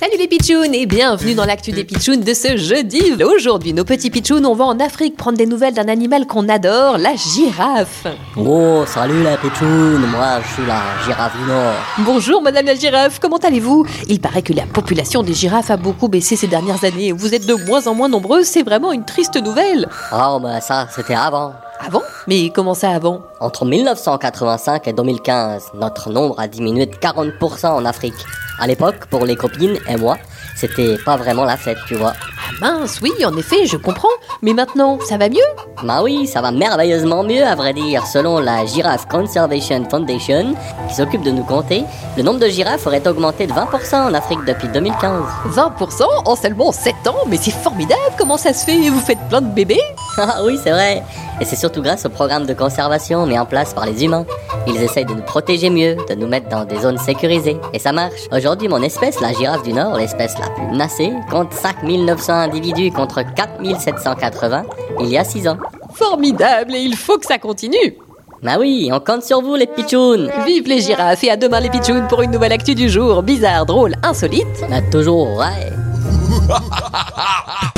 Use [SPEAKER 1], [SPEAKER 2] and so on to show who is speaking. [SPEAKER 1] Salut les pitchounes et bienvenue dans l'actu des pitchounes de ce jeudi. Aujourd'hui, nos petits pitchounes, on va en Afrique prendre des nouvelles d'un animal qu'on adore, la girafe.
[SPEAKER 2] Oh, salut les pitchounes, moi je suis la girafe du Nord.
[SPEAKER 1] Bonjour madame la girafe, comment allez-vous Il paraît que la population des girafes a beaucoup baissé ces dernières années. Vous êtes de moins en moins nombreux, c'est vraiment une triste nouvelle.
[SPEAKER 2] Oh, mais ça c'était avant.
[SPEAKER 1] Avant Mais comment ça ah avant
[SPEAKER 2] Entre 1985 et 2015, notre nombre a diminué de 40% en Afrique. À l'époque, pour les copines et moi, c'était pas vraiment la fête, tu vois.
[SPEAKER 1] Ah mince, oui, en effet, je comprends. Mais maintenant, ça va mieux
[SPEAKER 2] Bah oui, ça va merveilleusement mieux à vrai dire. Selon la Giraffe Conservation Foundation, qui s'occupe de nous compter, le nombre de girafes aurait augmenté de 20% en Afrique depuis 2015.
[SPEAKER 1] 20% en seulement 7 ans, mais c'est formidable, comment ça se fait Vous faites plein de bébés
[SPEAKER 2] Ah oui, c'est vrai. Et c'est surtout grâce au programme de conservation mis en place par les humains. Ils essayent de nous protéger mieux, de nous mettre dans des zones sécurisées. Et ça marche. Aujourd'hui, mon espèce, la girafe du Nord, l'espèce la plus menacée, compte 5900 individus contre 4780 il y a 6 ans.
[SPEAKER 1] Formidable et il faut que ça continue
[SPEAKER 2] Bah oui, on compte sur vous les pitchouns
[SPEAKER 1] Vive les girafes et à demain les pitchounes pour une nouvelle actu du jour, bizarre, drôle, insolite
[SPEAKER 2] Bah toujours, ouais
[SPEAKER 3] ha ha ha